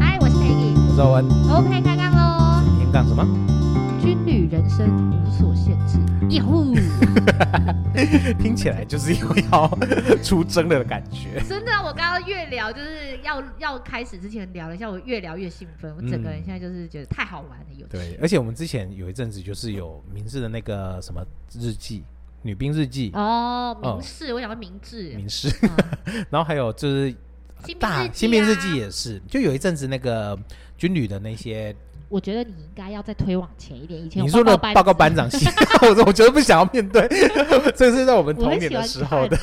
嗨，我是 Peggy。我是阿文， OK，开杠喽！今天干什么？军旅人生无所限 制，耶呼！听起来就是有要出征的感觉。 真的，我刚刚越聊就是要要开始之前聊了一下，我越聊越兴奋，我整个人嗯现在就是觉得太好玩了，有趣。对，而且我们之前有一阵子就是有明治的那个什么日记，女兵日记、哦，哦明示，我想要明智，明示，嗯然后还有就是新大兵新兵日啊记也是，就有一阵子那个军旅的那些，我觉得你应该要再推往前一点。以前你有说的班报告班长系，我 说我觉得不想要面 对，这是在我们我童很喜年的欢时候的。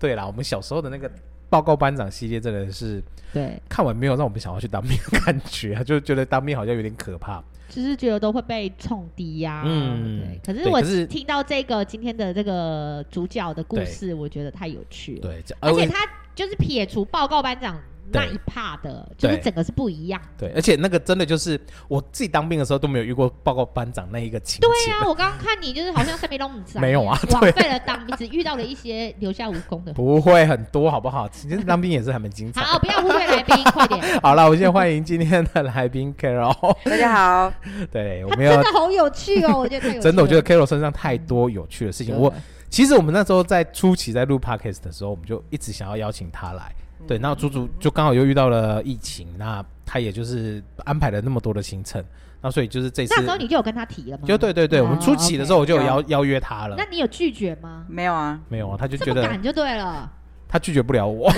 对啦，我们小时候的那个报告班长系列真的是看，对，看完没有让我们想要去当兵的感觉啊，就觉得当兵好像有点可怕。就是觉得都会被冲低呀。嗯对。可是对我可是听到这个今天的这个主角的故事，我觉得太有趣了。对，这而且他就是撇除报告班长那一 part 的，就对是整个是不一样。对，而且那个真的就是我自己当兵的时候都没有遇过报告班长那一个情对节。啊，我刚刚看你就是好像什么都不知道 没有 啊枉对费了当兵，只遇到了一些留下武功的。 不会很多，好不好？其实当兵也是还蛮精彩。好，不要忽略来宾，快点！好了，我们先欢迎今天的来宾 Carol。 大家好，对， 我他 们真要的好有趣哦，我觉得太有趣了真的，我觉得 Carol 身上太多有趣的事情。我其实我们那时候在初期在录 podcast 的时候，我们就一直想要邀请他来。对，嗯那猪猪就刚好又遇到了疫情，那他也就是安排了那么多的行程，那所以就是这次那时候你就有跟他提了吗？就对对对，我们哦初期的时候我就有 OK 邀邀约他了那，你有拒绝吗？没有啊，没有啊，他就这觉么得敢就对了，他拒绝不了我。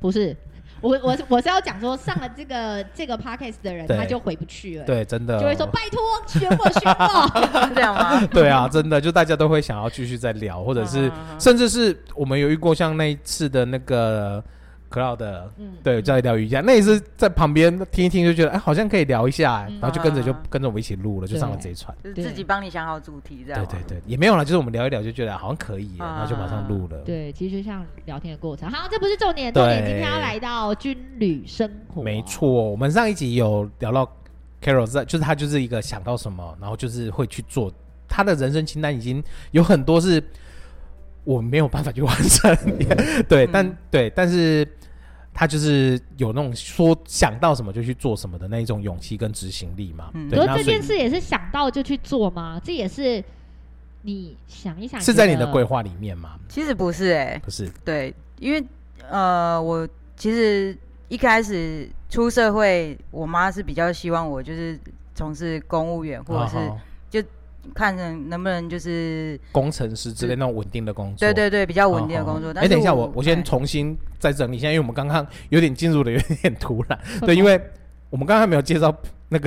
不是？我我是我是要讲说，上了这个这个 podcast 的人，对他就回不去了，，对， 哦真的就会说拜托选我选 我，是这样吗？对啊，真的就大家都会想要继续再聊，或者是嗯甚至是我们有遇过像那一次的那个 Cloud 的嗯，对，在聊瑜伽，那也是在旁边听一听就觉得哎，好像可以聊一下，嗯然后就跟着就啊跟着我们一起录了，就上了对这一串。就是自己帮你想好主题，这样对吗对对，也没有啦，就是我们聊一聊就觉得好像可以耶，然后就马上录了。对，其实就像聊天的过程。好，这不是重点，重点对今天要来到军旅生啊活。没，错，我们上一集有聊到 Carol 在，就是他就是一个想到什么，然后就是会去做。他的人生清单已经有很多是我没有办法去完成， 对，但、嗯对，但是他就是有那种说想到什么就去做什么的那一种勇气跟执行力嘛。嗯你对，说那这所以件事也是想到就去做吗？这也是你想一想，是在你的觉得规划里面吗？其实不是哎、不是，对，因为呃，我其实一开始出社会，我妈是比较希望我就是从事公务员，或者好是好看能能不能就是工程师之类那种稳定的工作。对对对比较稳定的好好工作。但哎，是等一下，我我先哎重新再整理一下，因为我们刚刚有点进入的有点突然。会对，吗因为我们刚刚还没有介绍那个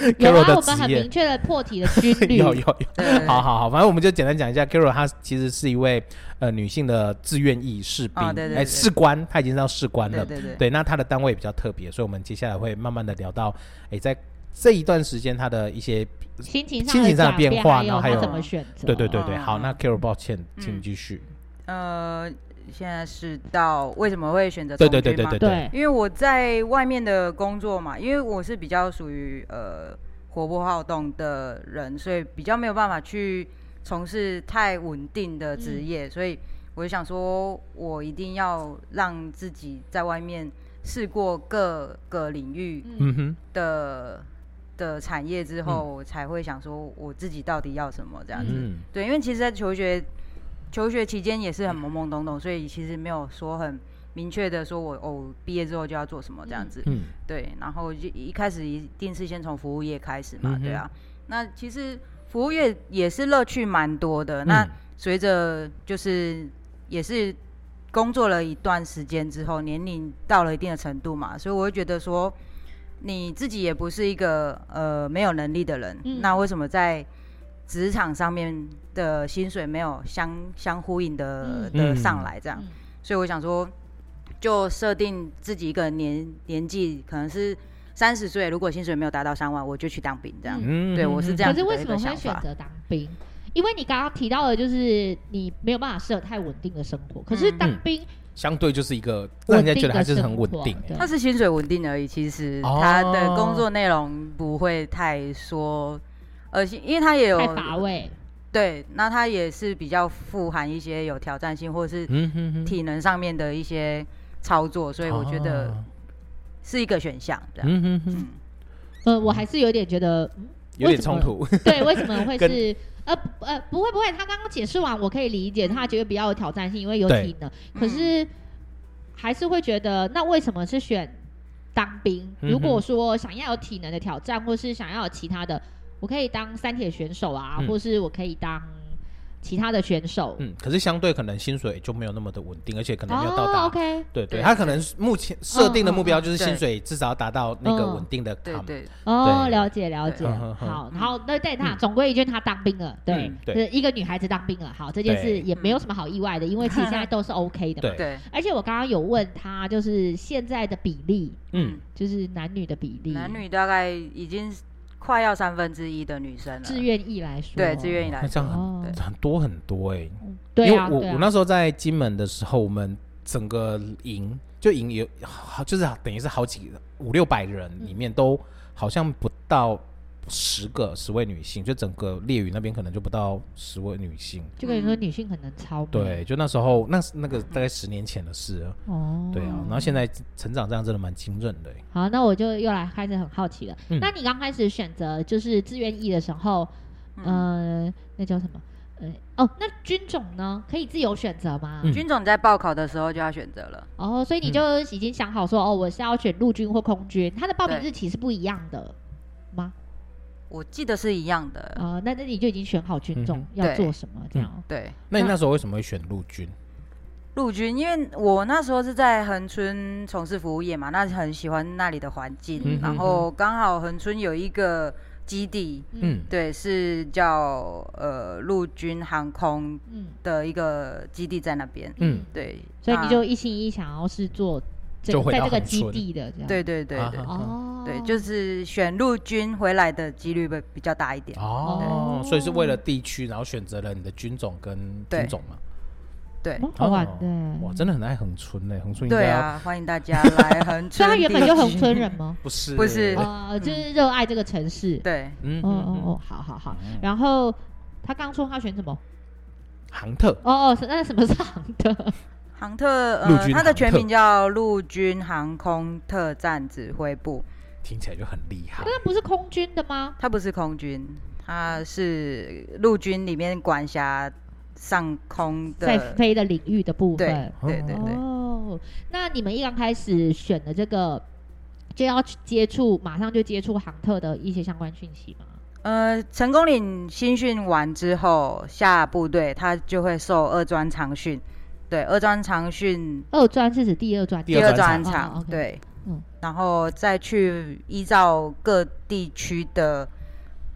有 Carol 啊，的我们很职业明，确的破题的 军旅，有有有，对对对好好好，反正我们就简单讲一下，Carol 她其实是一位呃女性的志愿役士兵，哦对对哎对士官，她已经到士官了对，对对对，那她的单位比较特别，所以我们接下来会慢慢的聊到，哎，在这一段时间她的一些，心情上心情上的转变变化还有然后还他有怎么选择？对对对对，哦好，那 Carol 抱歉，嗯请继续，呃，现在是到为什么会选择对从对对对军吗对对，因为我在外面的工作嘛，因为我是比较属于呃活泼好动的人，所以比较没有办法去从事太稳定的职业，所以我就想说，我一定要让自己在外面试过各个领域嗯哼，的的产业之后，我才会想说我自己到底要什么这样子。嗯对，因为其实，在求学求学期间也是很懵懵懂懂，所以其实没有说很明确的说我哦毕业之后就要做什么这样子。嗯对，然后就一开始一定是先从服务业开始嘛，嗯哼对啊。那其实服务业也是乐趣蛮多的。嗯那随着就是也是工作了一段时间之后，年龄到了一定的程度嘛，所以我会觉得说，你自己也不是一个呃没有能力的人，嗯那为什么在职场上面的薪水没有相相呼应的、嗯的嗯上来这样？所以我想说，就设定自己一个年年纪，可能是三十岁，如果薪水没有达到三万，我就去当兵这样。嗯对我是这样可是子为的什一么个会想选法。择当兵？因为你刚刚提到的，就是你没有办法适合太稳定的生活。可是嗯当兵，相对就是一个让人家觉得他就是很稳定稳欸定的生活，对他是薪水稳定而已，其实哦他的呃工作内容不会太说，而且因为他也有太乏味。对，那它也是比较富含一些有挑战性或者是嗯哼哼，体能上面的一些操作，所以我觉得啊啊是一个选项。这样，嗯哼哼，呃，我还是有点觉得，嗯有点为什么冲突， 对，为什么会跟是？呃不呃，不会不会，他刚刚解释完，我可以理解，他觉得比较有挑战性，因为有对体能。可是还是会觉得，那为什么是选当兵？嗯哼如果说想要有体能的挑战，或是想要有其他的，我可以当三铁选手啊，嗯或是我可以当其他的选手。嗯，可是相对可能薪水就没有那么的稳定，而且可能没有到哦达。 ，OK，对对，对他可能目前设定的目标就是嗯嗯嗯薪水至少要达到那个稳定的对 com，对哦，对了解了解对嗯哼，哼好，然后那对他总归一句，他当兵了，对嗯，就对是一个女孩子当兵了，好，这件事对也没有什么好意外的，因为其实现在都是 OK 的嘛。对对，而且我刚刚有问他，就是现在的比例，嗯，就是男女的比例，男女大概已经快要三分之一的女生了，自愿意来说，对自愿意来那这样很哦，很多很多哎，对啊，因为我、对我啊，那时候在金门的时候，我们整个营就营有好就是等于是好几五六百人里面都好像不到十个十位女性，就整个烈屿那边可能就不到十位女性。就跟你说女性很能超，，对，就那时候那那个大概十年前的事了，哦，对啊，然后现在成长这样真的蛮惊人的欸、好，那我就又来开始很好奇了。嗯那你刚开始选择就是自愿意的时候，嗯呃，那叫什么？呃，哦，那军种呢，可以自由选择吗？嗯军种在报考的时候就要选择了，哦，所以你就已经想好说，哦，我是要选陆军或空军，它的报名对日期是不一样的吗？我记得是一样的。啊、那那你就已经选好军种、嗯要呃对做什么这样？对，那你那时候为什么会选陆军？嗯陆军，因为我那时候是在恒春从事服务业嘛，那很喜欢那里的环境，嗯哼然后刚好恒春有一个基地，嗯，对，是叫呃陆军航空嗯，的一个基地在那边，嗯对，所以你那就一心一意想要是做这就个回在到这个恒基春地的这样。对对对啊对哈哦，对，就是选陆军回来的几率会比较大一点。哦，对所以是为了地区，然后选择了你的军种跟军对种嘛。对蛮好玩哦的欸。哇，真的很爱恒春嘞，恒春应该对要啊，欢迎大家来 恒所春以他地原区。本就恒村人 吗？不是不是呃，就是热爱这个城市。 对，嗯哦哦哦，好好好。嗯然后他刚说他选什么？航特哦哦，是那什么是航 的？航特陆呃，军它的航全特名叫陆军航空特战指挥部，听起来就很厉害，那不是空军的吗？它不是空军，它是陆军里面管辖上空在的。飞的领域的部分对。对对对，哦，那你们一刚开始选的这个，就要去接触，马上就接触航特的一些相关讯息吗？呃，成功岭新训完之后下部队，他就会受二专长训，对，二专长训二专是指第二专，第第二专场哦专场，OK，对，嗯然后再去依照各地区的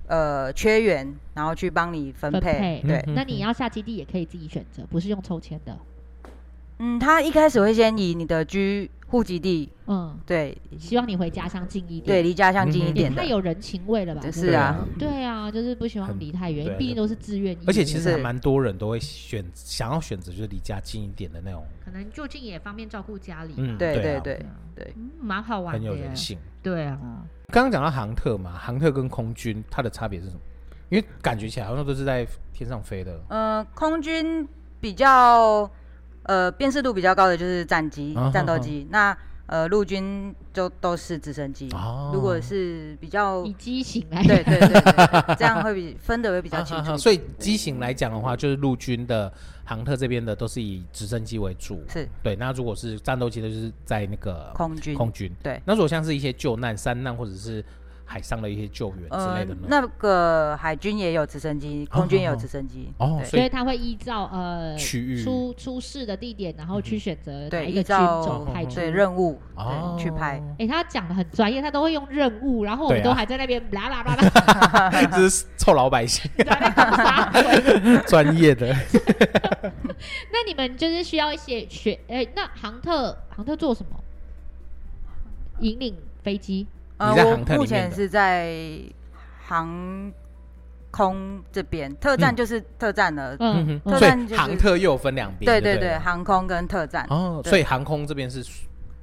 呃缺员，然后去帮你分分配配，对，嗯那你要下基地也可以自己选择，不是用抽签的。嗯，他一开始会先以你的居户籍地，嗯，对希望你回家乡近一对，点，离家乡近一嗯也点太的，有人情味了吧？对真的是啊，对啊，就是不希望很离太远，因对为毕竟都是自愿意。而且其实是还蛮多人都会选想要选择就是离家近一点的那种，可能就近也方便照顾家里吧。嗯，对对对啊对嗯啊，嗯蛮好玩很的有耶人。性。对啊，刚刚讲到航特嘛，航特跟空军它的差别是什么？因为感觉起来好像都是在天上飞的，呃，空军比较呃辨识度比较高的就是战机、啊哈战斗哈机，那呃陆军就都是直升机，哦如果是比较以机型来对对对对，这样会比分的会比较清 楚。所以机型来讲的话，就是陆军的航特这边的都是以直升机为主，是对。那如果是战斗机的，就是在那个空军，空军。对，那如果像是一些救难、山难或者是海上的一些救援之类的呢？呃那个海军也有直升机，空军也有直升机。哦，对所所以以他会依照呃区域出出事的地点，然后去选择哪对一个依军照种派嗯出。对任务，哦对去拍，哎，他讲的很专业，他都会用任务，然后我们对啊都还在那边啦啦啦啦， 这是臭老百姓在 那边搞啥鬼专业 的。那你们就是需要一些学，哎，那航特航特做什么？引领飞机呃，你在我航特里目面前的是在航空这边，特战嗯就是特战了。嗯，嗯特所战就以是航特又有分两边，对对对对，。航空跟特战哦，对所以航空这边是，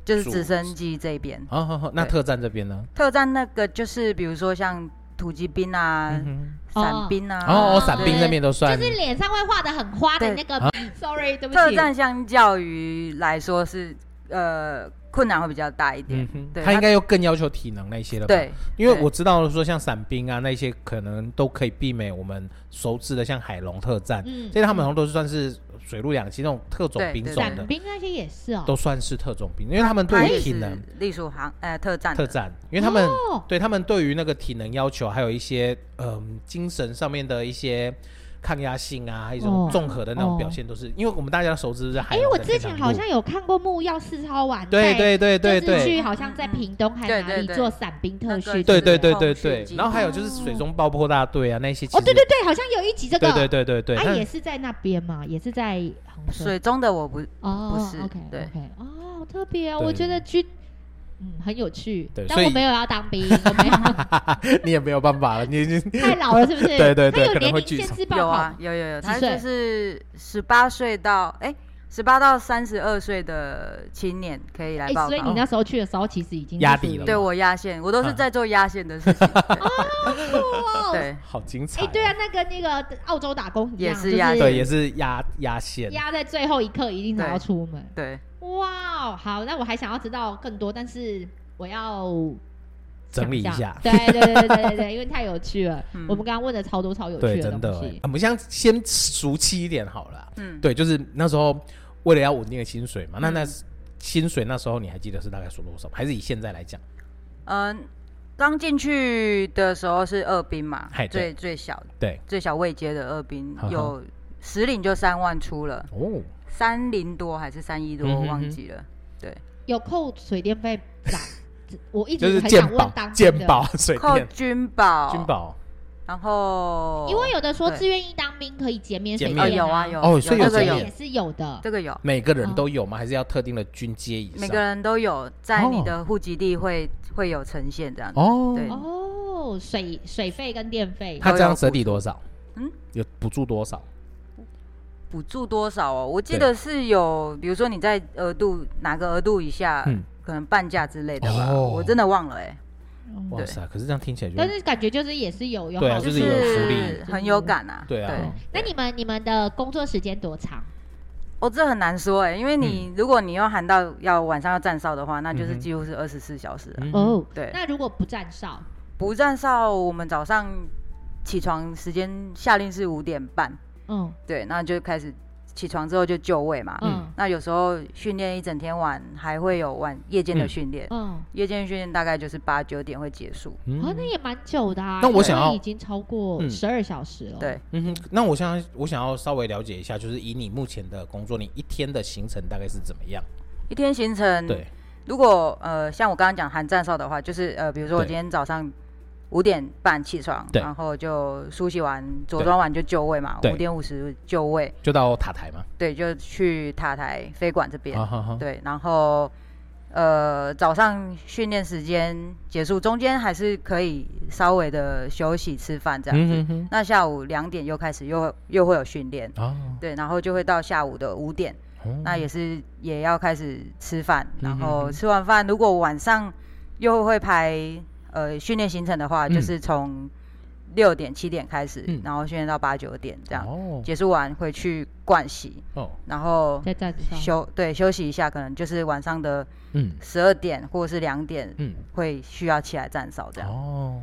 就是主直升机这边。哦哦哦，那对特战这边呢？特战那个就是比如说像突击兵啊、嗯伞兵啊，哼哦，哦对伞兵那边都就算，是脸上会画的很花的那个对。啊 Sorry，对不特起。战相较于来说是呃困难会比较大一点嗯，哼，对他他应该又更要求体能那些了吧？对，因为对我知道说像伞兵啊那些可能都可以避免我们熟知的像海龙特战，嗯所以他们好像都是算是水陆两栖那种特种对兵对种伞的，兵那些也是哦。都算是特种兵，因为他们它对也于体是能隶属航呃特战特的，战，因为他们哦对他们对于那个体能要求，还有一些嗯精神上面的一些抗压性啊，还有一种哦综合的那种哦表现，都是因为我们大家熟知是海哎龙，我跟之飞翔前好路像有看过木曜四超玩，对对对对就是对。去好像在屏东还对哪对里对做伞兵特那训个之类的，对对对对后续对，进然后还有就是水中爆破大队啊，那些其哦，对实对对，好像有一集这个，对对对对对，他那也是在那边嘛，也是在杭州。水中的我不哦不是，OK 对 OK，哦，好特别哦，对我觉得军，嗯，很有趣对，但所以我没有要当兵，我没有， 你也没有办法了，你已经太老了是不是？对对对他有可能年会龄聚限少制报有考啊吗，有有有，几他岁就是十八岁到哎十八到三十二岁的青年可以来哎，报所以你哦考。那时候去的时候，其实已经压是属底于了对嘛我压线，我都嗯是在做压线的事情。哇对，对 好精彩哦哎，哦。对啊，那跟那个澳洲打工一样，也就是压对，也是压压线。压在最后一刻，一定才要出门。对，哇哦，好，那我还想要知道更多，但是我要整理一想下象对对对对对对对，因为太有趣了。 嗯我们刚刚问的超多超有对，趣真的东欸西，。我们先先熟悉一点好了。嗯，对，就是那时候为了要稳定的薪水嘛，那那嗯薪水那时候你还记得是大概说多少吗？还是以现在来讲？嗯，刚进去的时候是二兵嘛嗨，对最最小对，最小未接的二兵呵呵，有十领就三万出了，哦，三零多还是三一多，嗯哼我哼忘记了。有扣水电费吧？我一就直是很鉴想问宝当兵鉴的，宝水扣电军保，君，宝然后因为有的说对自愿役当兵可以减免减水免电哦有啊有哦所以有有这这个减个免有也是有的。这个有，每个人哦都有吗？还是要特定的军阶以每上个？人都有，在哦你的户籍地会会有呈现这样子。哦，对哦，水水费跟电费他这都样有折抵多少？嗯，有补助多少？补助多少哦？我记对得是有，比如说你在额度哪个额度以下，嗯可能半价之类的吧。哦我真的忘了哎、嗯哇对塞！可是这样听起来但就是感觉就是也是有有对啊好就处是有福利就是很有感啊。对啊。那你们你们的工作时间多长？哦，这很难说哎、因为你、嗯如果你要喊到要晚上要站哨的话，那就是几乎是二十四小时啊、嗯哦，对，那如果不站哨，不站哨，我们早上起床时间下令是五点半，嗯对，那就开始起床之后就就位嘛。嗯那有时候训练一整天晚，还会有晚夜间的训练。嗯，夜间训练大概就是八九点会结束，嗯哦，那也蛮久的啊。那我因为想要已经超过嗯十二小时了。对，嗯哼，那我想我想要稍微了解一下，就是以你目前的工作，你一天的行程大概是怎么样？一天行程。对，如果呃像我刚刚讲含站哨的话，就是呃比如说我对今天早上五点半起床，对然后就梳洗完、着对装完就就位嘛，对五点五十就位，就到塔台吗？对，就去塔台飞馆这边，啊哈哈，对，然后呃早上训练时间结束，中间还是可以稍微的休息吃饭这样子。嗯哼那下午两点又开始又又会有训练，哼，啊，对，然后就会到下午的五点，哦那也是也要开始吃饭，然嗯嗯后嗯吃完饭如果晚上又会排呃训练行程的话，嗯就是从六点七点开始嗯，然后训练到八九点这样，哦结束完会去盥洗，哦，然后在站哨。休对休息一下，可能就是晚上的嗯十二点或者是两点嗯，会需要起来站哨这样，哦，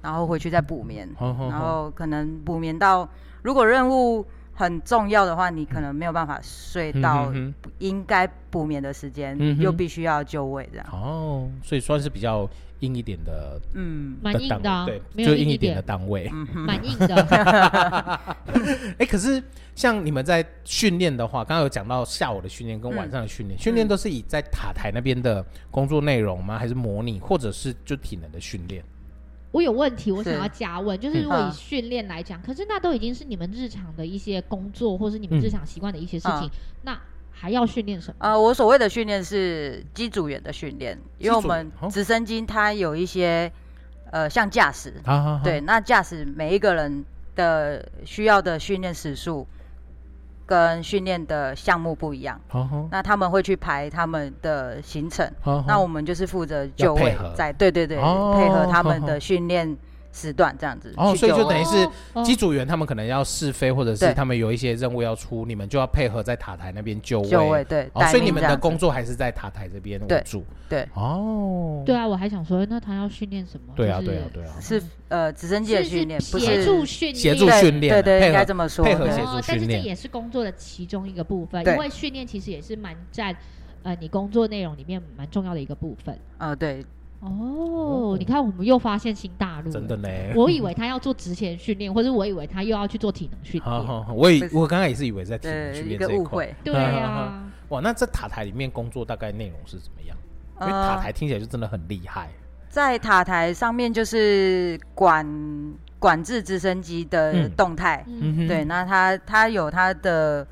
然后回去再补眠，好好然好，后可能补眠到，如果任务很重要的话，你可能没有办法睡到嗯嗯哼应该补眠的时间，嗯哼又必须要就位这样哼。哦，所以算是比较硬一点的嗯蛮硬的啊单位没对，有就硬硬一一点的点单位。 嗯哼，蛮硬的，哎，可是像你们在训练的话，刚刚有讲到下午的训练跟晚上嗯的训练，训练都是以在塔台那边的工作内容吗？还是模拟，或者是就体能的训练？我有问题，我是想要加问，就是如果嗯以训练来讲，可是那都已经是你们日常的一些工作，或是你们嗯日常习惯的一些事情，那还要训练什么？呃，我所谓的训练是机组员的训练，因为我们机组员哦直升机它有一些呃像驾驶，啊，对，那驾驶每一个人的需要的训练时数跟训练的项目不一样，好好那他们会去排他们的行程。好，那我们就是负责就嗯要配位合在，对对对，哦 配合他们好好的训练时段这样子去救我。哦，所以就等于是哦机组员他们可能要试飞，或者是对他们有一些任务要出，你们就要配合在塔台那边救就位位。对，哦，所以待你命们这的样子工作还是在塔台这边对为主。对。哦，对啊，我还想说，那他要训练什么？对啊，就是对啊，对啊，是呃直升机的是训练，不协助是训练，协助对训练啊对对，配应合该这么说，配合对协哦，助但是训这练也是工作的其中一个部分，对因为训练其实也是蛮占呃你工作内容里面蛮重要的一个部分。呃对，哦哦，你看我们又发现新大陆，真的。呢。我以为他要做职前训练，或者我以为他又要去做体能训好练。好好，我以不是我刚刚也是以为在体能对训一练个这误一块。会。对啊，哇，那这塔台里面工作大概内容是怎么样？因为塔呃，台听起来就真的很厉害。在塔台上面就是管管制直升机的嗯动态， 嗯，哼对，，那他他有他的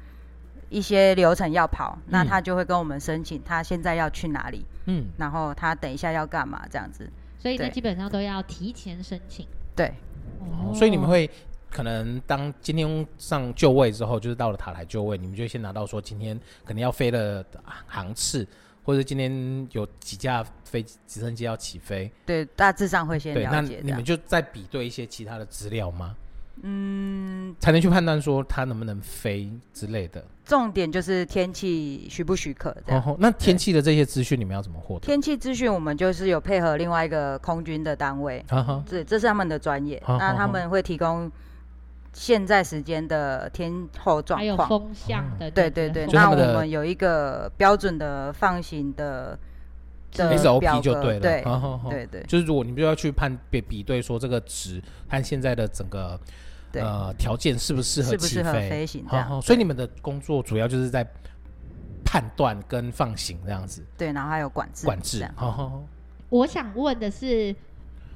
一些流程要跑，那嗯他就会跟我们申请他现在要去哪里，嗯，然后他等一下要干嘛这样子。所以呢，对基本上都要提前申请。对，哦所以你们会可能当今天上就位之后，就是到了塔台就位，你们就先拿到说今天可能要飞的航次，或者今天有几架飞机直升机要起飞。对，大致上会先对，那了解这你样们。就再比对一些其他的资料吗？嗯，才能去判断说它能不能飞之类的。重点就是天气许不许可这然样。后，那天气的这些资讯你们要怎么获得？天气资讯我们就是有配合另外一个空军的单位，啊哈，这这是他们的专业，好那好他好们会提供现在时间的天候状还有况。风向的，嗯对对对，就那他我们的们有一个标准的放行的的 SOP 表就格对了。对啊哈哈对对就是如果你们就要去判比比对说这个值和现在的整个对呃条件适不适合适不起适合飞飞行这好样好，对所以你们的工作主要就是在判断跟放行这样子，对，然后还有管制管这制样。。好好好，我想问的是，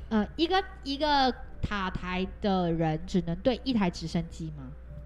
呃，一个一个塔台的人只能对一台直升机吗？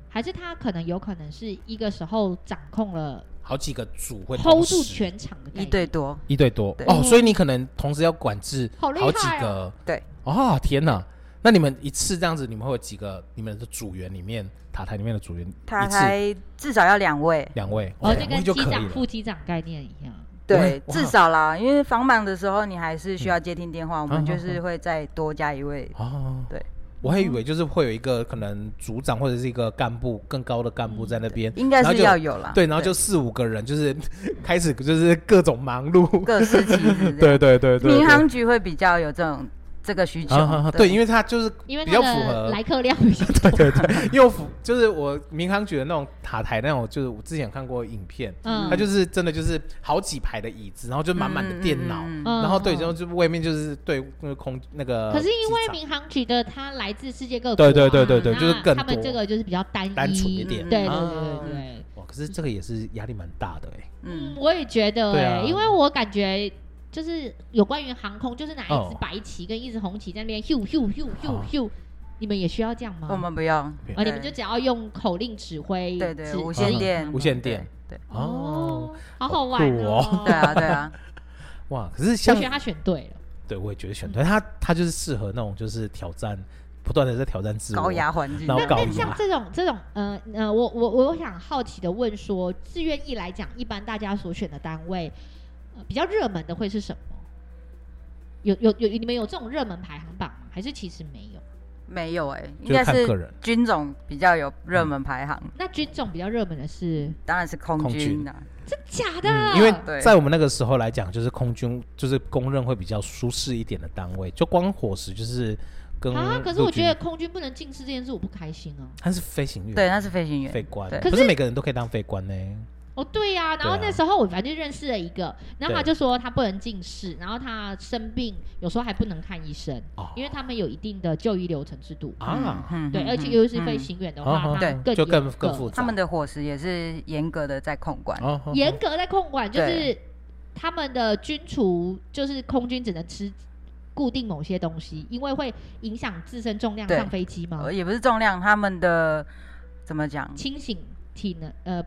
还是他可能有可能是一个时候掌控了好几个组会 hold 同住时全场的概一念嗯对多，一对多对哦，所以你可能同时要管制好厉好几害哦个。对，哦天哪！那你们一次这样子，你们会有几个？你们的组员里面，塔台里面的组员他一次还至少要两位，两位，哦，就两位跟就机可以长、了。副机长概念一样。对，哇至少啦，因为防满的时候你还是需要接听电话，我好们好就是会再多加一位。哦，对，我还以为就是会有一个可能组长或者是一个干部更高的干部在那边，应该然后是就要有啦，对，然后就四五个人就是 开始就是各种忙碌，各司其职这 样。对对对对对，民航局会比较有这种这个需求啊啊啊，对，因为他就是因为比它较符的合来客量比较多， 对对， 又符就是我民航局的那种塔台那种，就是我之前有看过影片，嗯它就是真的就是好几排的椅子，然后就满满的电脑，嗯嗯嗯嗯嗯然后对，嗯然后就外面就是对那个空那个可机长，是因为民航局的它来自世界各国啊，呃对对对对对，那就是更他们这多。个就是比较单一单纯一点嗯对对啊对对对。哇，可是这个也是压力蛮大的哎、嗯，嗯，我也觉得对哎、啊因为我感觉就是有关于航空，就是哪一哦只白旗跟一只红旗在那边咻咻咻咻咻，你们也需要这样吗？嗯我们不用不，用啊，你们就只要用口令指挥，哦对对指无指线引电他们无线电对哦哦，好好玩好哦，对啊 对啊，哇，可是我像觉得他选对了，对我也觉得嗯选对他，他就是适合那种就是挑战，不断的在挑战自我。高压环境然后那搞那你像啊这种这种呃呃，我我我想好奇的问说，自愿意来讲，一般大家所选的单位、呃比较热门的会是什么？有有有，你们有这种热门排行榜吗？还是其实没有？没有哎，应就该是看个是人。嗯军种比较有热门排行，那军种比较热门的是当然是空空军军啊，真假的？嗯，因为对在我们那个时候来讲，就是空军就是公认会比较舒适一点的单位，就光伙食就是跟啊，可是我陆军觉得空军不能近视这件事，我不开心啊。他是飞行员，对，，他是飞行员，飞官对，可不是是每个人都可以当飞官呢。哦，对呀、然对后啊那时候我反正就认识了一个，然后他对就说他不能近视，然后他生病有时候还不能看医生，哦因为他们有一定的就医流程制度。啊，嗯对，嗯而且嗯尤其是飞嗯行员的哦话，哦他对更就更严更格复杂他们的伙食也是严格的在控管，哦哦严格在控管，就是嗯对他们的军厨就是空军只能吃固定某些东西，因为会影响自身重量对上飞机嘛呃，也不是重量，他们的怎么讲？清醒体能呃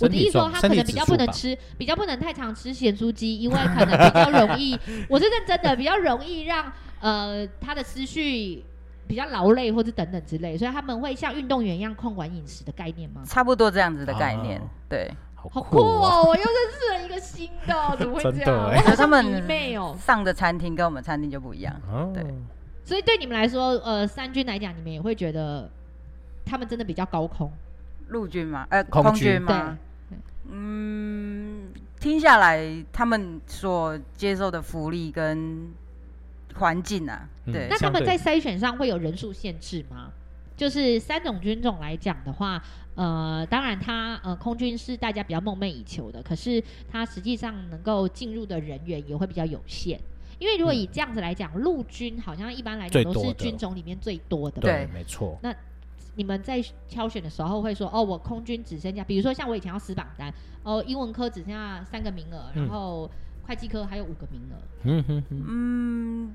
我身的体意思说，状他可身体能指比较数不能吧吃，比较不能太常吃咸酥鸡，因为可能比较容 易，我是认真的，比较容易让呃他的思绪比较劳累或者等等之类，所以他们会像运动员一样控管饮食的概念吗？差不多这样子的概念，啊对，好好酷哦！我又认识了一个新的，怎么会真这的 样？欸我好他像们迷妹哦，上的餐厅跟我们餐厅就不一样，哦对所以对你们来说，呃，三军来讲，你们也会觉得他们真的比较高空，陆军嘛，呃，空空军军嘛，嗯，听下来他们所接受的福利跟环境啊，嗯对那，他们相在对筛选上会有人数限制吗？就是三种军种来讲的话，呃，当然它呃空军是大家比较梦寐以求的，可是它实际上能够进入的人员也会比较有限。因为如果以这样子来讲，陆军好像一般来讲嗯最都多是的军种里面最多的。对对，没错，你们在挑选的时候会说，哦，我空军只剩下，比如说像我以前要撕榜单，哦，英文科只剩下三个名额，嗯然后会计科还有五个名额。嗯哼哼，嗯，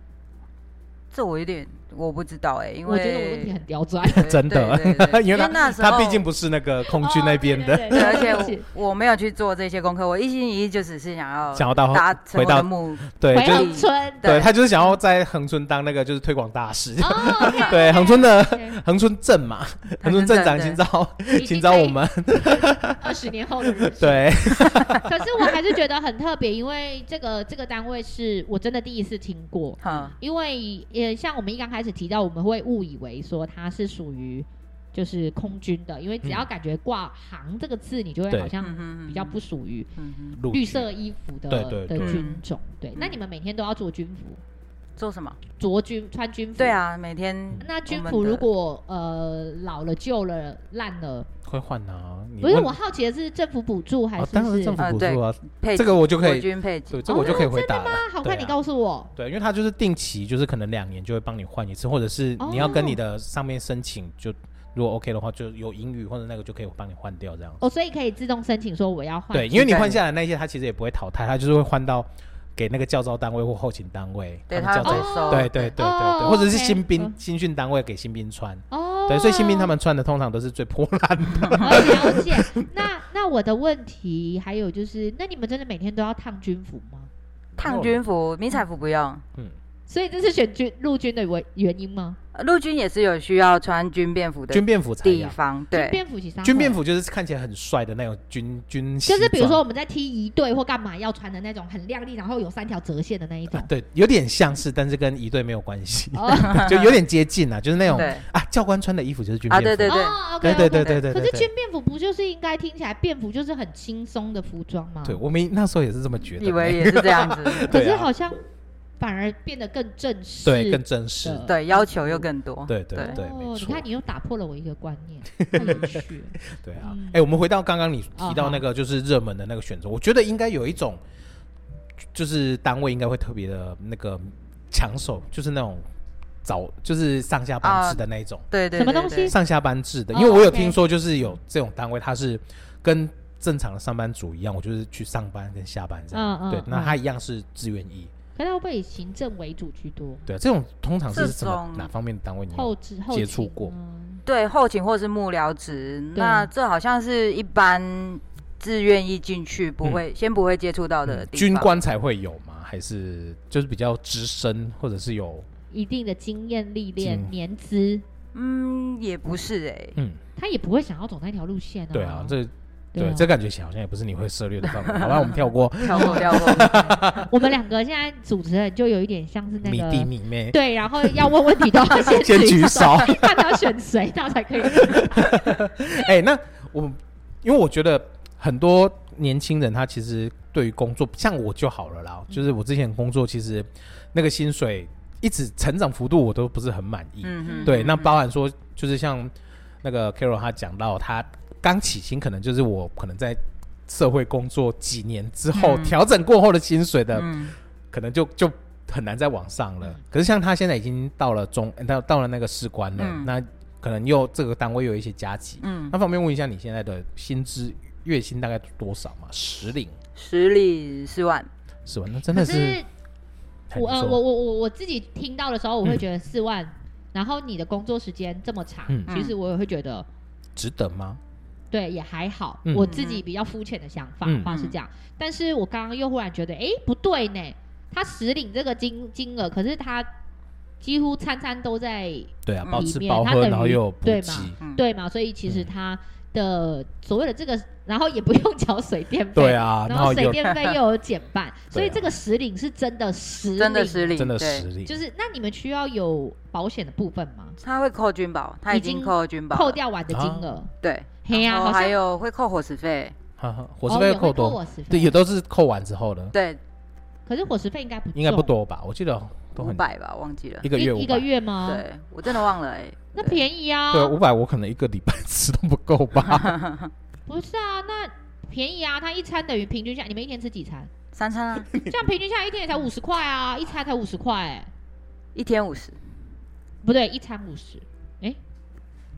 这我有点我不知道哎、因为我觉得我问题很刁钻。对 真的对对 对因为他那时候他毕竟不是那个空军那边的，哦对 对对，而对且对不起我我没有去做这些功课，我一心一意就只是想要想要到达成回我到的目，对，回就到村。对对他就是想要在恒春当那个就是推广大使，哦，OK，OK， 对恒春的 OK 恒春镇嘛，恒春镇长请找已请经找在我们，。二十年后的人对，可是我还是觉得很特别，因为这个这个单位是我真的第一次听过。哈，因为也像我们一刚开始提到，我们会误以为说它是属于就是空军的，因为只要感觉挂“航”这个字，你就对会好像嗯哼比较不，属于嗯哼，陆绿军色衣服的对对的对军种。对嗯，那你们每天都要做军服，做什么？着军穿军服。对。啊，每天那军我们服的如果呃老了、旧了、烂了，会换啊，你不是问我好奇的是政府补助还哦是，当然是政府啊补对助啊，配这个我就可国以，军配置，对，这个我就可以回答了啊，，好对快啊你告诉我。对，因为他就是定期，就是可能两年就会帮你换一次，或者是哦你要跟你的上面申请，就如果 OK 的话，就有英语或者那个就可以帮你换掉这样。哦，所以可以自动申请说我要换。对，因为你换下来那些，他其实也不会淘汰，他就是会换到给那个教招单位或后勤单位，对们他教要招回哦收，对对对对对，哦或者是 OK，新兵嗯新训单位给新兵穿，哦，对，所以新兵他们穿的通常都是最破烂的。了解。那那我的问题还有就是，那你们真的每天都要烫军服吗？烫军服、迷彩服不用，所以这是选军陆军的为原因吗？呃陆军也是有需要穿军便服的军便服才地要，方，军对，便服其实军便服服就是看起来很帅的那种军军西就装，是比如说我们在踢一队或干嘛要穿的那种很亮丽，然后有三条折线的那 一种。啊对，有点像是，但是跟一队没有关 系，哦就有点接近啊，就是那种对，啊，教官穿的衣服就是军啊便服，对哦，OK 对 OK。对对对对对可是军便服不就是应该听起来便服就是很轻松的服装吗？对，我们那时候也是这么觉得，以为也是这样子， 可对是啊好像反而变得更正式。对更正式，的对，要求又更多，对对对对，没哦，你错看，你又打破了我一个观 念，太有趣了。对啊嗯，哎，我们回到刚刚你哦提到那个就是热门的那个选择，我觉得应该有一种，就是单位应该会特别的那个抢手，就是那种早就是上下班制的那一种，对对，什么对东西对上下班制的，哦因为我有 OK 听说就是有这种单位，它是跟正常的上班族一样，我就是去上班跟下班这样，嗯嗯对，那嗯他一样是志愿役，可是它会不会以行政为主居多？对，啊这种通常是这什么种哪方面的单位？你有后置后嗯嗯接勤触过吗对后勤或是幕僚职，对那这好像是一般自愿意进去不会、先不会接触到的嗯地方军，官才会有吗？还是就是比较资深，或者是有一定的经验历练经年资，嗯，也不是哎、嗯，他也不会想要走那条路线啊。对啊，这对对啊这感觉起来好像也不是你会涉猎的范围。好吧，我们跳过跳过跳过，我们两个现在主持人就有一点像是那米个弟米 妹，对，然后要问问题都要先 先举手。 看他选谁，他才可以。哎，那我因为我觉得很多年轻人他其实对于工作，像我就好了啦，就是我之前工作其实那个薪水一直成长幅度我都不是很满意，嗯对，那包含说，就是像那个 Carol 他讲到，他刚起薪可能就是我可能在社会工作几年之后嗯调、整过后的薪水的，嗯可能就就很难再往上嗯了。可是像他现在已经到了中，呃到到了那个士官了，嗯那可能又这个单位又有一些加急。嗯，那方便问一下你现在的薪资月薪大概多少嘛？十领十里四万，是吧？那真可的是是很我呃不错嗯我我我我自己听到的时候，我会觉得四万，然后你的工作时间这么长嗯，其实我也会觉得。值得吗？对，也还好。嗯我自己比较肤浅的想法嗯话是这样，但是我刚刚又忽然觉得，哎，不对呢，他实领这个金金额，可是他几乎餐餐都在对啊，嗯包吃里面包他喝，等然后又于有补对给嘛，嗯对嘛，所以其实嗯他的所谓的这个然后也不用缴水电费，对啊，然后水又电费又有减半，所以 对啊这个实领是真的实领，真的实领，真的对实力，就是那你们需要有保险的部分吗？他会扣君宝，他已已经经扣君宝了，扣掉完的金啊额，对，嘿呀，然好后像还有会扣伙食费，哈哈伙食费哦又也会扣多，伙食费对，也都是扣完之后的，对，可是伙食费应该不应该不重，多吧？我记得都五很百吧，忘记了一，个月一一五个百，月吗？，对我真的忘了哎，那对便宜啊，对，五百我可能一个礼拜吃都不够 吧？不是啊，那便宜啊，它一餐等于平均下，你们一天吃几餐？三餐啊，这样平均下来一天也才五十块啊，一餐才五十块，哎，一天五十，不对，一餐五十，哎。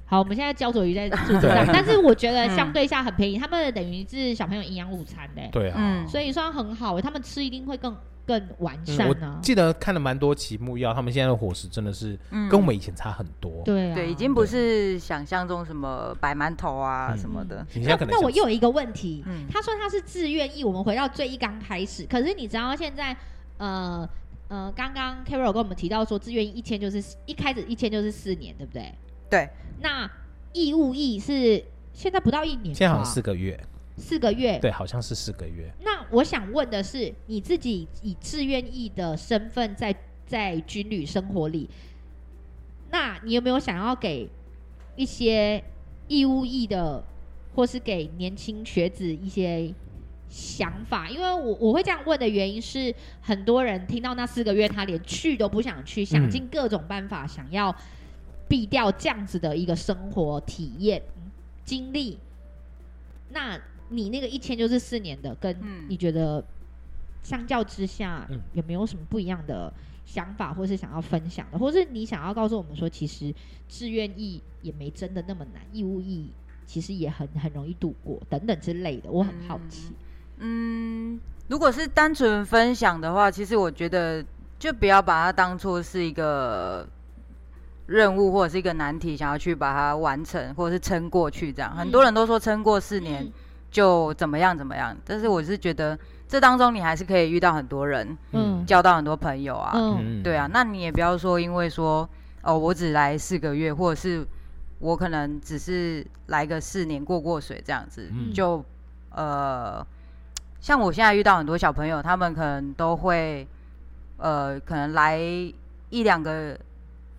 好，我们现在焦灼于在 数字啊上，但是我觉嗯得相对下很便宜，他们等于是小朋友营养午餐的、哎对啊，嗯所以算很好、哎他们吃一定会更更完嗯善我啊。记得看了蛮多期木曜，他们现在的伙食真的是嗯跟我们以前差很多。对啊，对，已经不是想象中什么摆馒头啊嗯什么的，你现那在可能那想我又有一个问题，嗯他说他是自愿意，我们回到最一刚开始。可是你知道现在，呃呃，刚刚 Carol 跟我们提到说，自愿意一签就是一开始一签就是四年，对不对？对。那义务役是现在不到一年吧，现在好像四个月，四个月。对，好像是四个月。那我想问的是，你自己以志愿役的身份在在军旅生活里，那你有没有想要给一些义务役的，或是给年轻学子一些想法？因为我我会这样问的原因是，很多人听到那四个月，他连去都不想去，想尽各种办法想要避掉这样子的一个生活体验嗯经历。那你那个一签就是四年的，跟嗯你觉得相较之下嗯，有没有什么不一样的想法，或是想要分享的，或是你想要告诉我们说，其实志愿意也没真的那么难，义务役其实也很很容易度过，等等之类的，我很好奇。嗯，如果是单纯分享的话，其实我觉得就不要把它当做是一个任务或者是一个难题，想要去把它完成或者是撑过去这样。很多嗯人都说撑过四年嗯就怎么样怎么样，但是我是觉得这当中你还是可以遇到很多人，嗯交到很多朋友啊。嗯对啊，，那你也不要说因为说哦，我只来四个月，或者是我可能只是来个四年过过水这样子，嗯就呃，像我现在遇到很多小朋友，他们可能都会呃，可能来一两个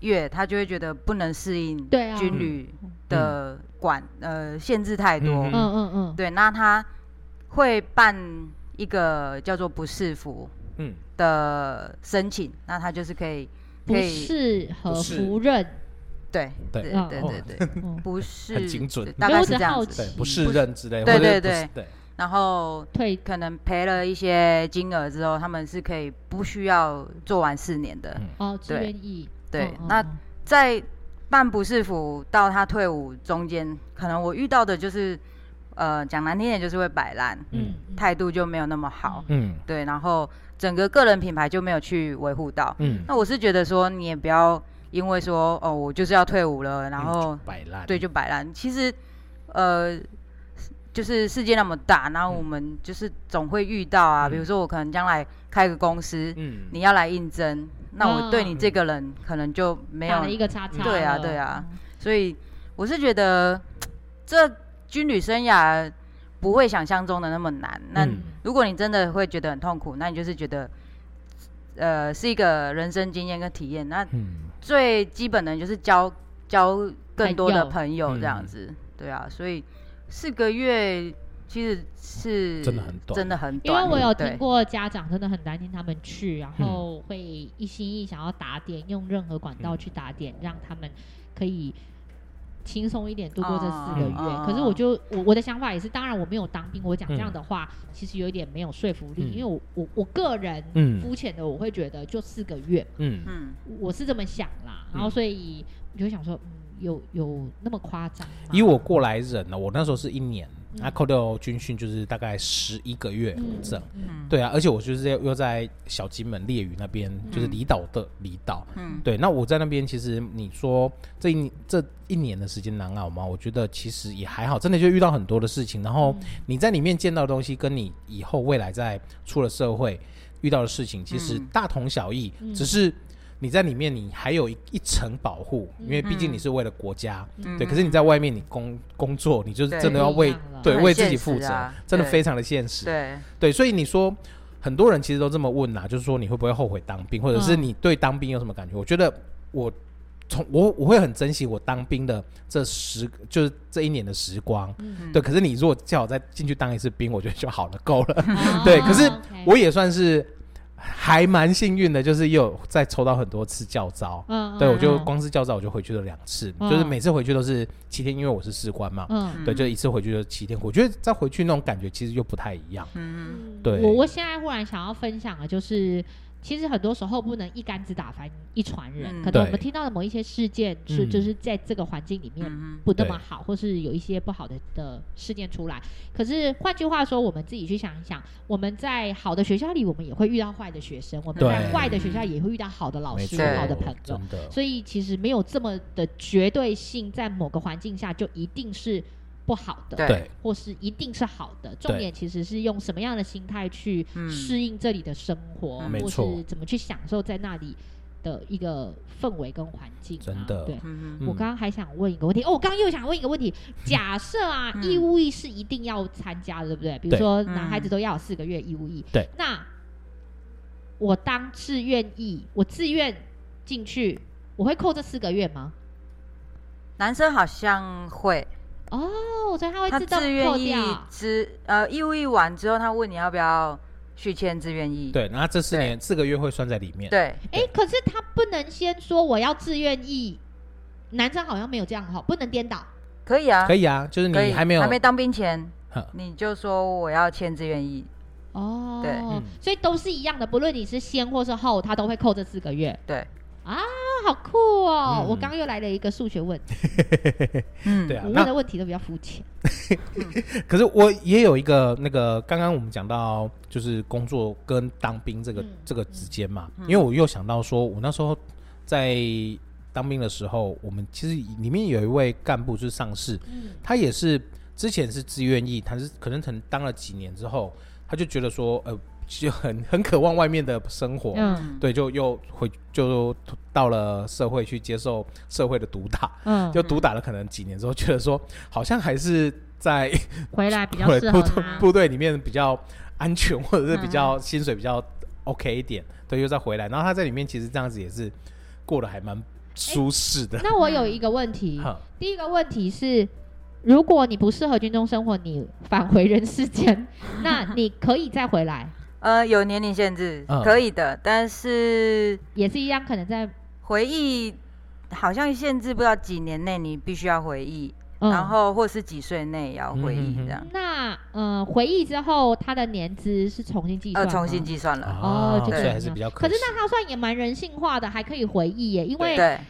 月，他就会觉得不能适应对啊，军嗯旅的管、呃限制太多，嗯嗯嗯，对，那他会办一个叫做不适服。嗯，的申请，那他就是可以不可以适合不是服任，对对对嗯对哦对 对， 嗯不是很精准对所大以概我是只这样好子。对奇，，不适任之类，对或者对不是对，然后退可能赔了一些金额之后，他们是可以不需要做完四年的。嗯哦，志对愿役，对嗯嗯那嗯在办不是服到他退伍中间，可能我遇到的就是，呃，讲难听点就是会摆烂，嗯嗯，嗯态度就没有那么好，嗯对，然后整个个人品牌就没有去维护到。嗯，那我是觉得说，你也不要因为说哦，我就是要退伍了，然后摆烂，对，就摆烂。其实，呃，就是世界那么大，然后嗯我们就是总会遇到啊。嗯比如说，我可能将来开个公司，嗯，你要来应征，那我对嗯你这个人可能就没打有了一。个叉叉了，嗯对啊对啊所以，我是觉得这军旅生涯不会想象中的那么难。那嗯如果你真的会觉得很痛苦，那你就是觉得。呃，是一个人生经验跟体验。那嗯，最基本的就是交交更多的朋友朋友这样子，对啊，所以四个月其实是真的很短嗯真的很因为短。我有对听过家长真的很担心他们去，然后会一心一意想要打点，用任何管道去打点，让他们可以轻松一点度过这啊四个月。嗯可是我就我我的想法也是，当然我没有当兵，我讲这样的话、其实有一点没有说服力，嗯因为我我我个人嗯肤浅的我会觉得就四个月嘛，嗯，嗯，我是这么想啦。然后所以我就想说，嗯，有有那么夸张吗？以我过来人呢，我那时候是一年，嗯那扣掉军训就是大概十一个月整。嗯对啊，而且我就是又在小金门烈屿那边，就是嗯离岛的离岛。嗯对，那我在那边，其实你说这一年这一年的时间难熬吗？我觉得其实也还好，真的就遇到很多的事情，然后嗯嗯你在里面见到的东西，跟你以后未来在出了社会遇到的事情，其实嗯大同小异，嗯只是你在里面你还有一一层保护，因为毕竟你是为了国家，嗯对。可是你在外面你工工作，你就是对真的要为不一样了对很为自己现负实责啊，真的对非常的现实。对，对，所以你说很多人其实都这么问呐、就是说你会不会后悔当兵，或者是嗯你对当兵有什么感觉？我觉得我从我我会很珍惜我当兵的这十，就是这一年的时光。嗯对，可是你如果叫我再进去当一次兵，我觉得就好了，够了。哦 对可是 OK 我也算是还蛮幸运的，就是也有再抽到很多次教招。嗯，对，我就嗯光是教招我就回去了两次，嗯就是每次回去都是七天，因为我是士官嘛，嗯对，就一次回去就七天。我觉得再回去那种感觉其实又不太一样。嗯嗯对我我现在忽然想要分享的就是。其实很多时候不能一竿子打翻一船人，嗯可能我对们听到的某一些事件是、嗯就是在这个环境里面嗯不那么好，或是有一些不好的的事件出来。可是换句话说，我们自己去想一想，我们在好的学校里，我们也会遇到坏的学生；我们在对坏的学校也会遇到好的老没师错，对和好的朋友。真的，所以其实没有这么的绝对性，在某个环境下就一定是不好的。对对或是一定是好的。重对点其实是用什么样的心态去嗯适应这里的生活，嗯没或错是怎么去享受在那里的一个氛围跟环境、啊。真的对。嗯嗯我刚刚还想问一个问题，哦，我刚刚又想问一个问题。假设啊，嗯义务役是一定要参加的，对不对？比如对说男孩嗯子都要有四个月义务役。对。那我当志愿役，我自愿进去，我会扣这四个月吗？男生好像会，哦，所以他会他自动自扣愿意掉。啊之呃义务役完之后，他问你要不要续签自愿役，对，然后这四年四个月会算在里面。对，哎、可是他不能先说我要自愿意，男生好像没有这样哈，不能颠倒。可以啊，可以啊，就是可以你还没有还没当兵前，呵你就说我要签自愿役，哦，对嗯所以都是一样的，不论你是先或是后，他都会扣这四个月对，啊，好酷哦！嗯我刚刚又来了一个数学问题，嗯对，啊我。问那的问题都比较肤浅。可是我也有一个那个，刚刚我们讲到就是工作跟当兵这个、嗯这个之间嘛，嗯因为我又想到说，我那时候在当兵的时候，我们其实里面有一位干部就是上士，嗯他也是之前是自愿役，他是可能可能当了几年之后，他就觉得说，呃，就很很渴望外面的生活，嗯对，就又回就到了社会去接受社会的毒打，嗯， 就毒打了可能几年之后，觉得说好像还是在回来比较适合部队他。嗯部队里面比较安全，或者是比较薪水比较 OK 一点，对，又再回来。然后他在里面其实这样子也是过得还蛮舒适的。那我有一个问题，哈第一个问题是，如果你不适合军中生活，你返回人世间，那你可以再回来，呃，有年龄限制，嗯可以的，但是也是一样，可能在回忆好像限制不到几年内你必须要回忆，嗯然后或是几岁内也要回忆嗯嗯嗯嗯这样，那呃，回忆之后，他的年资是重新计算呃，吗，重新计算了，哦就啊所这以样还是比较可惜是那他算也蛮人性化的，还可以回忆耶，因为对，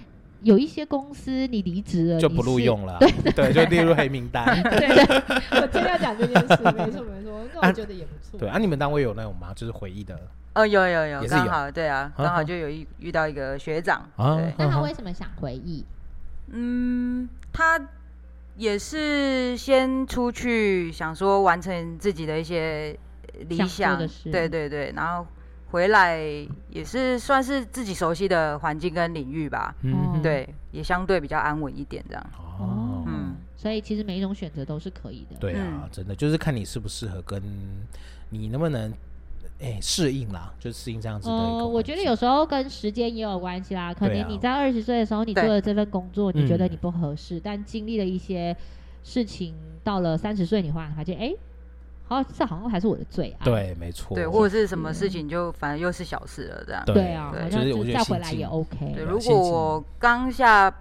有一些公司你离职了就不 录，用了啊，对，就列入黑名单。对对，我正要讲这件事，没错 没嗯错，那我觉得也不错。对啊，你们单位有那种吗？就是回忆的哦，有有也有，是刚有好对啊，啊刚啊好就有遇遇到一个学长，啊对，你是那他为什么想回忆？嗯，他也是先出去想说完成自己的一些呃理想做想的事，对对对，然后回来也是算是自己熟悉的环境跟领域吧，哦嗯，对，也相对比较安稳一点这样，哦，嗯。所以其实每一种选择都是可以的。对啊，真的就是看你适不适合，跟你能不能哎适应啦，就适应这样子的一个呃，环我觉得境有时候跟时间也有关系啦。可对能啊你在二十岁的时候，你做对了这份工作，你觉得嗯你不合适，但经历了一些事情，到了三十岁，你忽然发现，哎，好，这好像还是我的最爱。对，没错，对，或者是什么事情就反正又是小事了这样。对啊，对好就像是就我觉是再回得心来境也 OK。对对，啊如心果情我刚下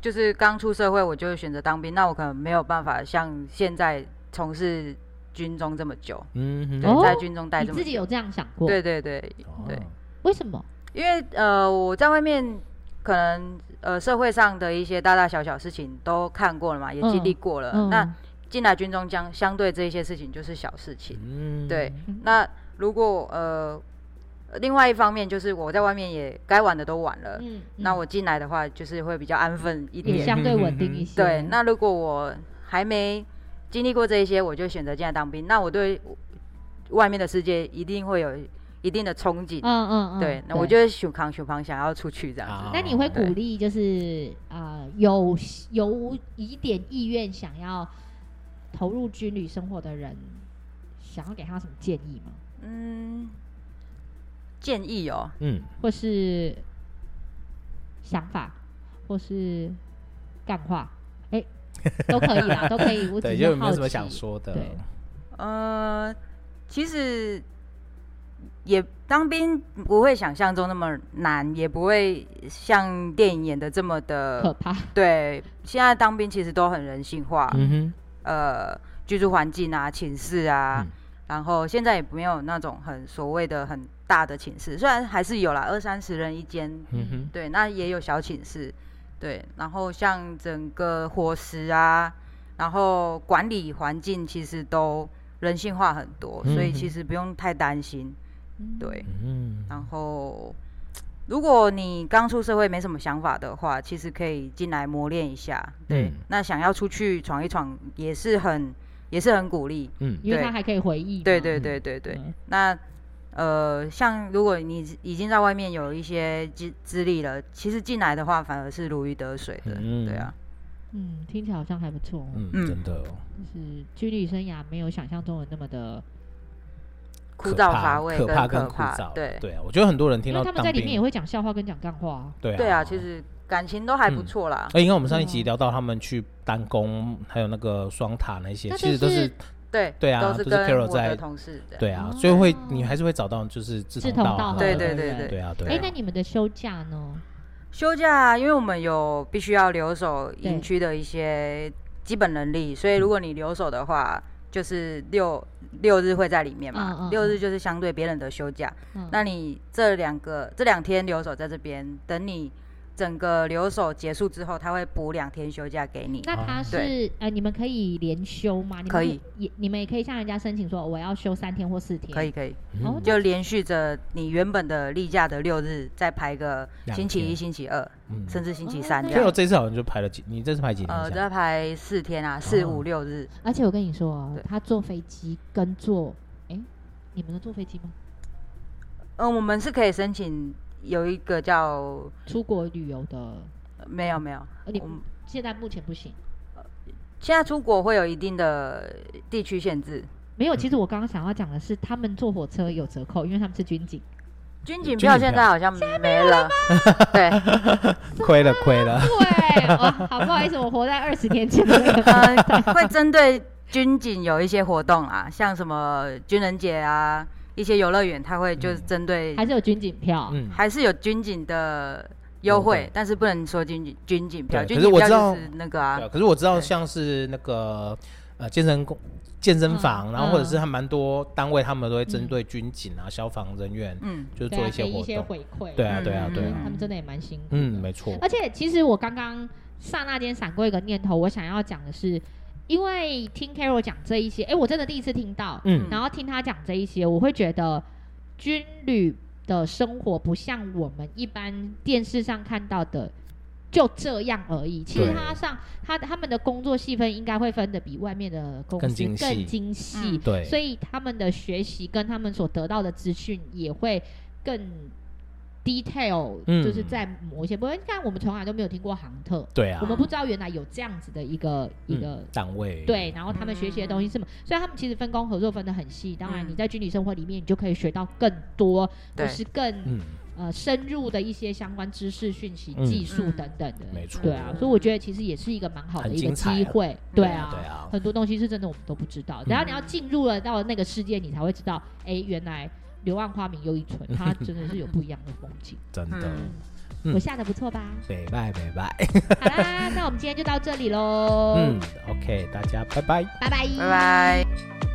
就是刚出社会，我就选择当兵，那我可能没有办法像现在从事军中这么久，嗯对，哦在军中待你这么自久。己有这样想过？对对对，哼对哦为什么？因为呃，我在外面可能呃社会上的一些大大小小事情都看过了嘛，也经历过了。嗯，呃那进来军中将相对这一些事情就是小事情。嗯对，那如果呃，另外一方面就是我在外面也该玩的都玩了，嗯，那我进来的话就是会比较安分一也点。相嗯对稳定一些。对，那如果我还没经历过这一些，我就选择进来当兵，那我对外面的世界一定会有一定的憧憬。嗯嗯嗯，对，那我就是熊康熊康想要出去这样子。啊那你会鼓励就是啊、呃有有一点意愿想要投入军旅生活的人，想要给他什么建议吗？嗯，建议哦，嗯，或是想法，或是干话，哎、都可以啦，都可以。 我只对，是就好有没有什么奇想说的？对呃，其实也当兵不会想象中那么难，也不会像电影演的这么可的。怕，对，现在当兵其实都很人性化，嗯哼，呃，居住环境啊、寝室啊，嗯然后现在也没有那种很所谓的很大的寝室，虽然还是有啦，二三十人一间，嗯哼，对，那也有小寝室，对，然后像整个伙食啊，然后管理环境其实都人性化很多，所以嗯其哼实不用太担心，嗯对，嗯，然后。如果你刚出社会没什么想法的话，其实可以进来磨练一下。对，嗯那想要出去闯一闯也是很也是很鼓励。嗯，因为对他还可以回忆嘛。对对嗯对对对。嗯那呃，像如果你已经在外面有一些资资历了，其实进来的话反而是如鱼得水的，嗯对啊，嗯，听起来好像还不错、哦，嗯，嗯真的，就是军旅生涯没有想象中的那么的，枯可燥怕乏味可跟怕可跟枯怕燥，对对啊，我觉得很多人听因到为他们在当里面也兵，会讲笑话跟讲干话啊、对啊，对啊，其实感情都还不嗯错啦。哎，因为我们上一集嗯聊到他们去单工，还有那个双塔那些，那其实都都是是对对啊都是都是跟 Carol 我在的同嗯事的。对啊哦，所以会你还是会找到就是志志同同道道合合的对人。的对对对啊，对啊，哎、那你们的休假呢？休假，啊因为我们有必须要留守对营区的一些基本能力，所以如果你留守的话，就是六六日会在里面嘛，嗯嗯六嗯日就是相对别人的休假。嗯，那你这两个这两天留守在这边，等你整个留守结束之后，他会补两天休假给你。那他对是呃，你们可以连休吗？你们可以，也你们也可以向人家申请说我要休三天或四天。可以，可以，哦嗯就连续着你原本的例假的六日，再排个两星期一、天星期二，嗯甚至星期哦三那这 c a r o 样。这次好像就排了几，你这次排几天呃，假？再排四天啊，哦四五六日。而且我跟你说啊对，他坐飞机跟坐，哎、你们能坐飞机吗？嗯，我们是可以申请有一个叫出国旅游的，没有没有，呃你嗯我们现在目前不行。现在出国会有一定的地区限制，没有，其实我刚刚想要讲的是，他们坐火车有折扣，因为他们是军 警。军警军票警现票在好像没了。对，亏了亏 了，对，哦，好不好意思，我活在二十年前的那个。 呃，会针对军警有一些活动啊， 像什么军人节啊，一些游乐园，它会就是嗯针对、还是有军警票，嗯，还是有军警的优优惠惠，但是不能说军警军警票，对军可是警我票知道就是那个啊对啊，可是我知道对像是那个呃健身工。健身房，嗯然后或嗯者是还蛮多单位，他们都会针对军警啊、消防人员，嗯，就是对做啊一些给一活些动。回馈。对啊，嗯对啊，嗯对他啊们，真的也蛮辛苦的。嗯，没错，而且其实我刚刚刹那间闪过一个念头，我想要讲的是，因为听 Carol 讲这一些，哎，我真的第一次听到，嗯然后听他讲这一些，我会觉得军旅的生活不像我们一般电视上看到的。就这样而已。其实对他上他他们的工作细分应该会分的比外面的公司更精细更精细，嗯对，所以他们的学习跟他们所得到的资讯也会更 detail，、嗯就是在某一些部分。但我们从来都没有听过航特，对啊我，们不知道原来有这样子的一个、一嗯个。档位，对，，然后他们学习的东西是什么？所以他们其实分工合作分得很细。当然，嗯你在军旅生活里面，你就可以学到更多，或对是更嗯，呃深入的一些相关知识、讯息、嗯技术嗯等等的。没错，对啊，嗯所以我觉得其实也是一个蛮好的很一个精彩啊机会。对对啊啊，，对啊，很多东西是真的我们都不知道。然后你要进入了到那个世界，你才会知道，哎、原来柳暗花明又一村，它真的是有不一样的风景。真的，嗯嗯我下的不错吧？北拜北拜，好嗯啦，那我们今天就到这里喽，嗯，OK，大家拜拜。拜拜，拜拜。